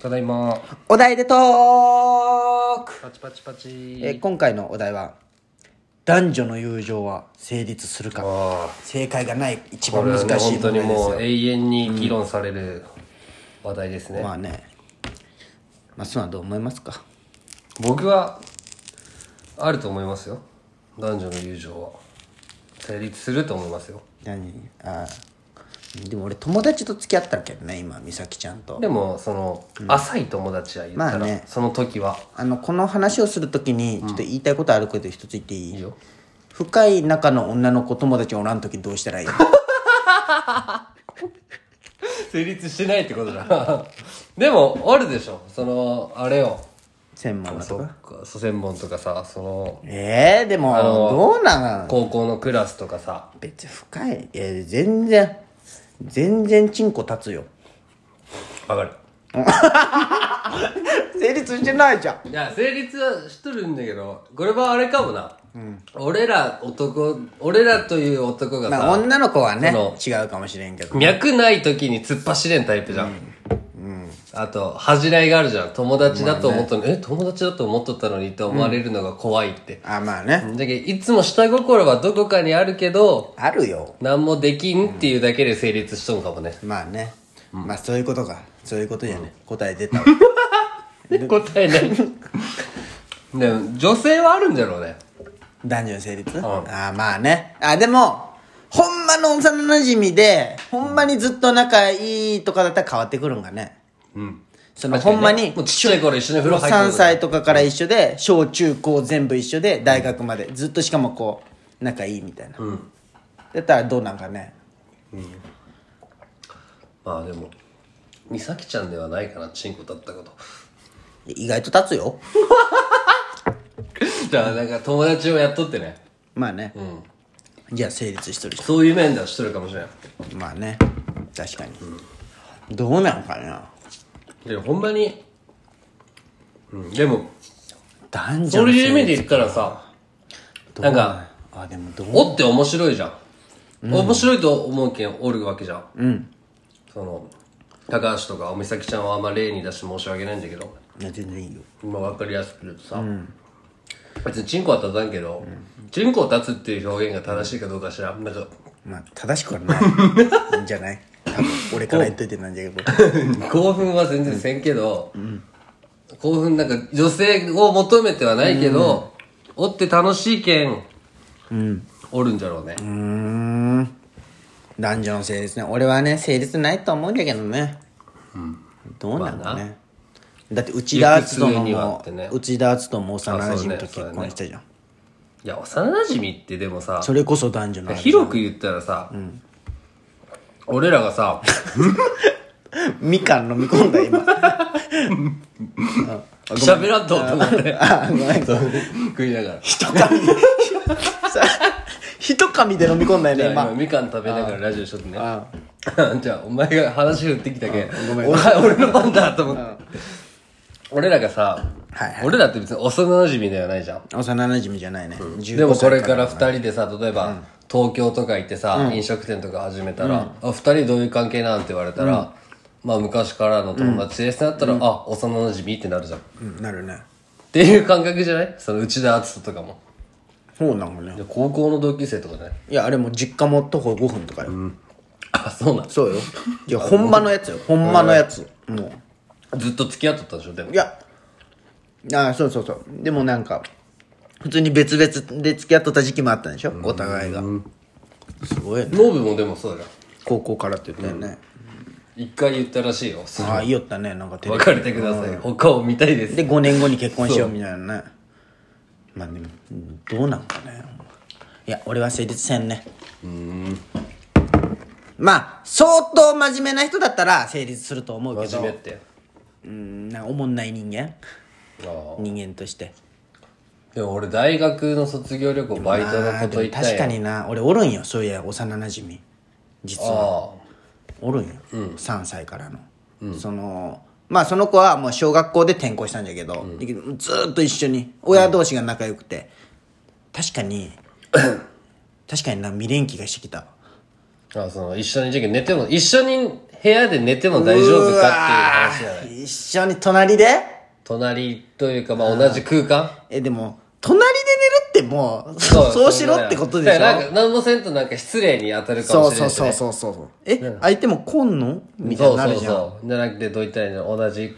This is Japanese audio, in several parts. ただいまお題でトーク、パチパチパチえー今回のお題は男女の友情は成立するかあ正解がない一あこ番れ難はねしい本問当に題ですもよ、う永遠に議論される話題ですね、まあねまあそうはどう思いますか僕はあると思いますよ男女の友情は成立すると思いますよ何あーでも俺友達と付き合ったけどね今美咲ちゃんとでもその、浅い友達は言ったら、まあねその時はあのこの話をするときにちょっと言いたいことあるけど一つ言っていい、いいよ深い仲の女の子友達おらんときどうした らいい成立してないってことだ でもあるでしょそのあれよ専門のとそっかか祖先本とかさそのええー、でものどうなん高校のクラスとかさ別に深いいや全然全然チンコ立つよわかる成立してないじゃんいや成立はしとるんだけどこれはあれかもな、俺ら男俺らという男がさ、まあ女の子はねそ違うかもしれんけど脈ない時に突っ走れんタイプじゃん、あと恥じらいがあるじゃん友達だと思ったの、え友達だと思っとったのにって思われるのが怖いって、あまあねだけどいつも下心はどこかにあるけどあるよ何もできんっていうだけで成立しとんかもね、まあねまあそういうことかそういうことやね答え出 たわ 答え ないでも女性はあるんだろうね男女の成立んああまあねあでもほんまの幼馴染でほんまにずっと仲いいとかだったら変わってくるんかねうんそのほんまにもうちっちゃい頃一緒に風呂入ってた3歳とかから一緒で小中高全部一緒で大学までずっとしかもこう仲いいみたいな、だったらどうなんかねまあでも美咲ちゃんではないかなチンコだったこと 意外と立つよじゃあなんか友達をやっとってねまあね、じゃあ成立してるじそういう面ではしとるかもしれないゃんまあね確かに、どうなんかなでほんまに、うん、でも男女そうのいう意成味立で言ったらさどうなんかあでもどうおって面白いじゃん、面白いと思うけんおるわけじゃん、その高橋とか美咲ちゃんはあんま例に出して申し訳ないんだけどいや全然いいよ今分かりやすく言うとさ、別にチンコは立たんけど、チンコを立つっていう表現が正しいかどうか知らんなんかまあ正しく はないんじゃない多分俺から言っといてなんじゃけど 興奮は全然せんけど、興奮なんか女性を求めてはないけど、おって楽しいけん、おるんじゃろうね、男女の成立ね俺はね成立ないと思うんだけどね、どうなんだね、だって内田篤人行く末にはっも、てね内田篤人も幼馴染あとそうね結婚したじゃんそ,、いや幼馴染ってでもされこそ男女の広く言ったらさ、俺らがさみかん飲み込ん だ今喋らんとと思ってあごめん食いな がら一噛みさ一噛みで飲み込んだよじゃねあ今今みかん食べながらラジオしとってねあ じゃあお前が話振ってきたけんごめんお前俺の番だと思って俺らがさ、はいはい俺らって別に幼馴染ではないじゃん幼馴染じゃないね、15でもこれから2人でさ例えば、東京とか行ってさ、飲食店とか始めたら「あ2人どういう関係なん?」って言われたら、まあ昔からの友達ですってなったら「あ幼馴染ってなるじゃんっうんなるねていう感覚じゃないその内田篤人とかもそうなのねで高校の同級生とかじゃないいやあれもう実家も徒歩5分とかよ、あそうなんそうよいやほんまのやつよほんまのやつもうずっと付き合っとったでしょでもいやああそうそうそうでもなんか普通に別々で付き合っとった時期もあったんでしょお互いがすごいよねノブもでもそうじゃん高校からって言ったよね、一回言ったらしいよそのああ言いよったねなんかテレビ別れてください他を見たいですで5年後に結婚しようみたいなねまあでもどうなんかねいや俺は成立せんねまあ相当真面目な人だったら成立すると思うけ真ど面目ってうんなんかおもんない人間ああ人間としてでも俺大学の卒業旅行バイトのあこーと言でっもた確かににな俺おるんよそういや幼なじみ実はああおるんよ、3歳からの、そのまあその子はもう小学校で転校したんだけど、だけどずーっと一緒に親同士が仲良くて、確かに 確かにな未練気がしてきたあその一緒に授業寝ても一緒に部屋で寝ても大丈夫かっていう話じゃなうわいー一緒に隣で隣というか、まあ、同じ空間え、でも、隣で寝るってもう、そうしろってことでしだからなんょか、何もせんとなんか失礼に当たるかそもうしれそなういしねそうそうそう。え、相手も来んのみたいそにうなそるうじゃん。そうじゃなくてどういったらいいの同じ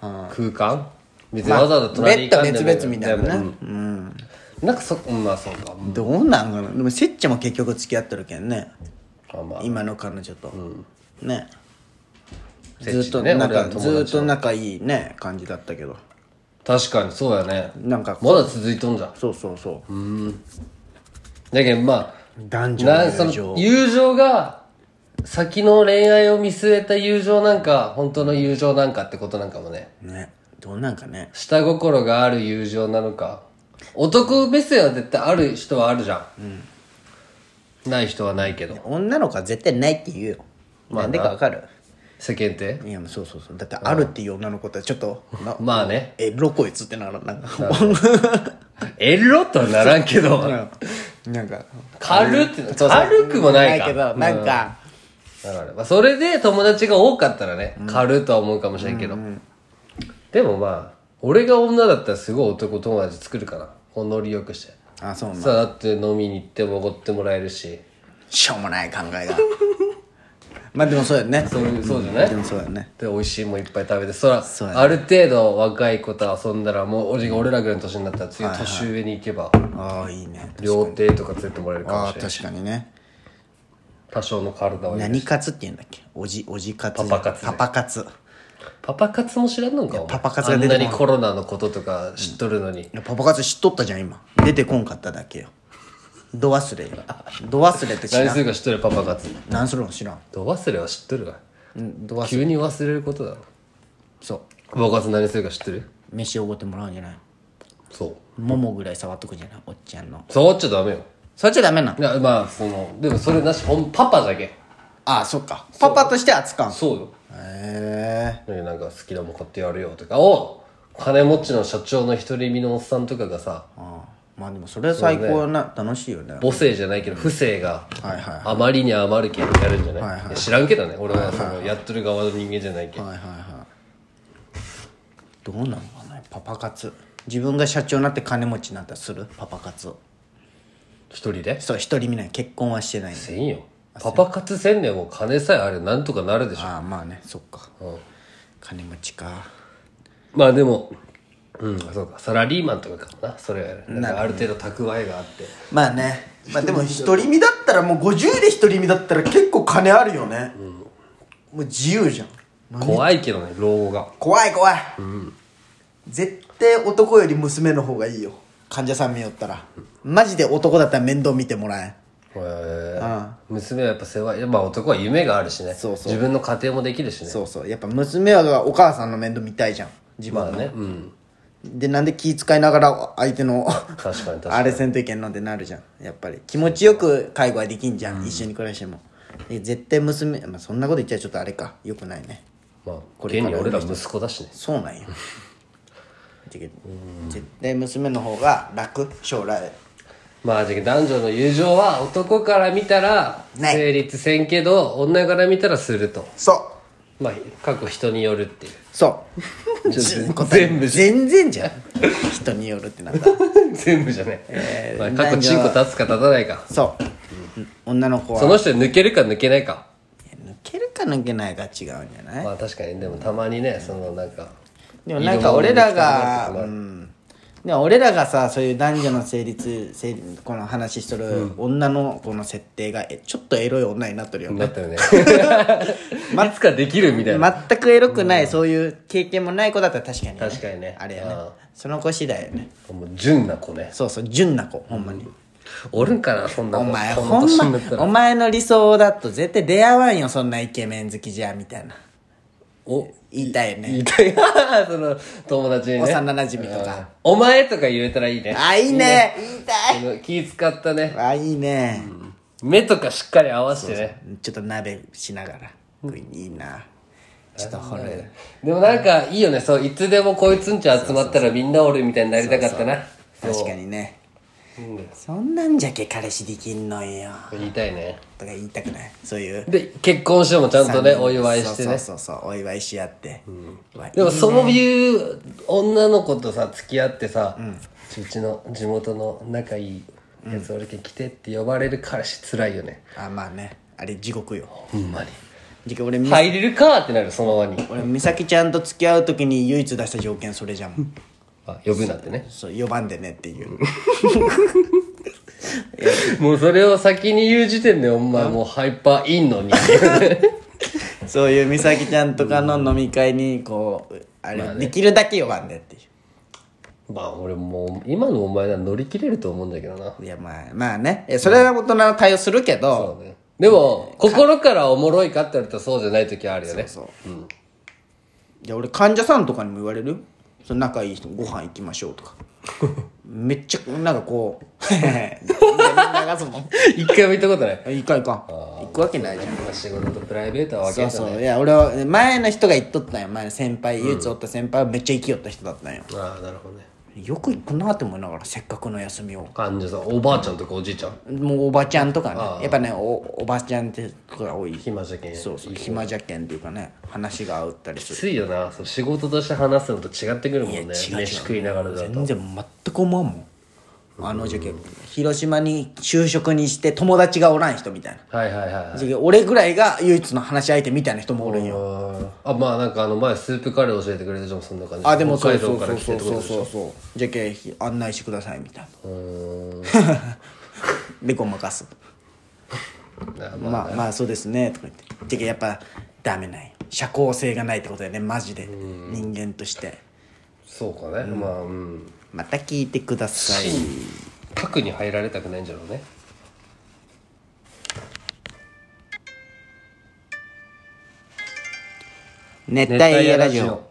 空間別にわざわざベ隣ッ行ドかんで別も々みたいなでもね。うん。うんなんかそうんまあそうかどうなんかなでも、せっちゃんも結局付き合ってるけんね。まあまあ今の彼女と。ね。せっちねずっと、なん俺らか、の友達ずはっと仲いいね、感じだったけど。確かにそうやねなんか、まだ続いとんじゃんそうそうそう。だけどまあ男女なんのそ友情の。友情が先の恋愛を見据えた友情なんか本当の友情なんかってことなんかもねね。どうなんかね。下心がある友情なのか男目線は絶対ある人はあるじゃん、ない人はないけど女の子は絶対ないって言うよ。なんでかわかる世間っていやもうそうそうそうだってあるっていう女の子ってちょっとなまあねえロこいつってなるなんかエロとはならんけうどん なんか軽ってなそうそう軽くもないかけどなんかだから、まあ、それで友達が多かったらね、軽とは思うかもしれんけど、でもまあ俺が女だったらすごい男友達作るかなこうノリよくしてあそうなさあだって飲みに行ってもおごってもらえるししょうもない考えが まあでもそうやねそういうそうじゃないでもそうやねで美味しいもんいっぱい食べてそらそうやねある程度若い子と遊んだらもうおじが俺らぐらいの年になったら次年上に行けば、ああいいね料亭とか連れてもらえるかもあしあれない確かにね多少の体を入れ何活って言うんだっけおじおじ活パパ活ねパパ活パパ活も知らんのかお前パパ活が出てこあんないなにコロナのこととか知っとるのに、いやパパ活知っとったじゃん今出てこんかっただけよど忘れよど忘れって知何らすんるか知っとるパパ活何するの知らんど忘れは知っとるわうんど忘れ急に忘れることだろそうパパ活何するか知ってる飯おごってもらうんじゃないそうももぐらい触っとくんじゃないおっちゃんの触っちゃダメよそっちゃダメなのいやまあそのでもそれなしほんパパだけああそっかパパとして扱うんへそうよえねなんか好きなもん買ってやるよとかお金持ちの社長の独り身のおっさんとかがさああまあでもそれは最高な楽しいよね母性じゃないけど不正がはいはいあまりに余るけんやるんじゃない,、はいはやい知らんけどね俺はそのやっとる側の人間じゃないけん、はいはいはいどうなのかなパパ活自分が社長になって金持ちになったらするパパ活一人でそう一人見ない結婚はしてないんでせんよパパ活千年も金さえあれなんとかなるでしょああまあねそっか、金持ちかまあでもうんそうかサラリーマンとかかもなそれはねなんかある程度蓄えがあってまあねまあでも独り身だったらもう50で独り身だったら結構金あるよね、もう自由じゃん怖いけどね老後が怖い怖い、絶対男より娘の方がいいよ患者さん見よったらマジで男だったら面倒見てもらえんへえ娘はやっぱ世話いやまあ男は夢があるしねそうそう自分の家庭もできるしねそうそうやっぱ娘はお母さんの面倒見たいじゃん自分まあの、ねうんでなんで気遣いながら相手の確かに確かにあれせんといけんのってなるじゃんやっぱり気持ちよく介護はできんじゃん、一緒に暮らしてもえ絶対娘、まあ、そんなこと言っちゃちょっとあれかよくないねまあこ現れにから俺ら息子だしねそうなんよだけど絶対娘の方が楽将来まあじゃあ男女の友情は男から見たらない成立せんけど女から見たらするとそうまあ過去人による っていうそう 全部全然じゃん人によるってなった全部じゃねええ、ーまあ、過去チンコ立つか立たないかそう、女の子はその人に抜けるか抜けないかいや抜けるか抜けないか違うんじゃない、まあ確かにでもたまにねそのなんかでもなんか俺らが色物うにんでも俺らがさそういう男女の成立成立この話しとる女の子の設定がえちょっとエロい女になっとるよなねったよね いつかできるみたいな全くエロくない、そういう経験もない子だったら確かに、ね、確かにねあれやうねその子次第よねもう純な子ねそうそう純な子ほんまに、おるんかなそんなお子前このほん年になったまおら前の理想だと絶対出会わんよそんなイケメン好きじゃみたいなお言いたいよね言いたい その友達にね幼馴染とかお前とか言えたらいいねあいいね言いたいその気使ったねあいいね、目とかしっかり合わせてねちょっと鍋しながら食いにいいなちょっとほらでもなんかいいよねそういつでもこいつんち集まったらみんなおるみたいになりたかったな確かにねそんなんじゃけ彼氏できんのよ言いたいねとか言いたくないそういうで結婚してもちゃんとねお祝いしてねそうそうそうそうお祝いし合って、うわでもそういう女の子とさ付き合ってさ、うちの地元の仲いいやつ俺け来てって呼ばれる彼氏辛いよねあまあねあれ地獄よほんまにじゃけ俺み、入れるかってなるそのままに俺美咲ちゃんと付き合う時に唯一出した条件それじゃんあ呼ぶなってねそう呼ばんでねっていうもうそれを先に言う時点でお前もうハイパーイン のにそういう美咲ちゃんとかの飲み会にこうあれ、できるだけ呼ばんでっていうまあ俺もう今のお前なら乗り切れると思うんだけどないやまあまあねいやそれは大人の対応するけど、でも心からおもろいかって言われたらそうじゃない時はあるよねそういや俺患者さんとかにも言われるよその仲いい人ご飯行きましょうとかめっちゃなんかこう いや流すもん一回も言ったことない行かん行かん行くわけないじゃんまあ仕事とプライベートは分けそうそういや俺は前の人が言っとったんよ前の先輩唯一おった先輩はめっちゃ生きよった人だったんよ、ああなるほどねよく行くなって思いながらせっかくの休みを患者さんおばあちゃんとかおじいちゃんもうおばちゃんとかねやっぱねおおばちゃんって人が多い暇じゃけんそうそう暇じゃけんっていうかね話が合ったりすきるついよなそう仕事として話すのと違ってくるもんね違う違う飯食いながらだと全然全く思わんもんあのじゃけ広島に就職にして友達がおらん人みたいはいはいはいはないじゃけ俺ぐらいが唯一の話し相手みたいな人もおるんよあまあなんかあの前スープカレー教えてくれたじゃんそんな感じあでもそ北う海道かそうそらう来てそってことうでしそうそうじゃけ案内してくださいみたいょうな でごまかすーんまあまあそうですねとか言ってじゃけやっぱダメない社交性がないってことだよねマジで人間としてそうかねまあうんまた聞いてください核に入られたくないんじゃろうね熱帯夜ラ熱ジ帯夜ラジオオ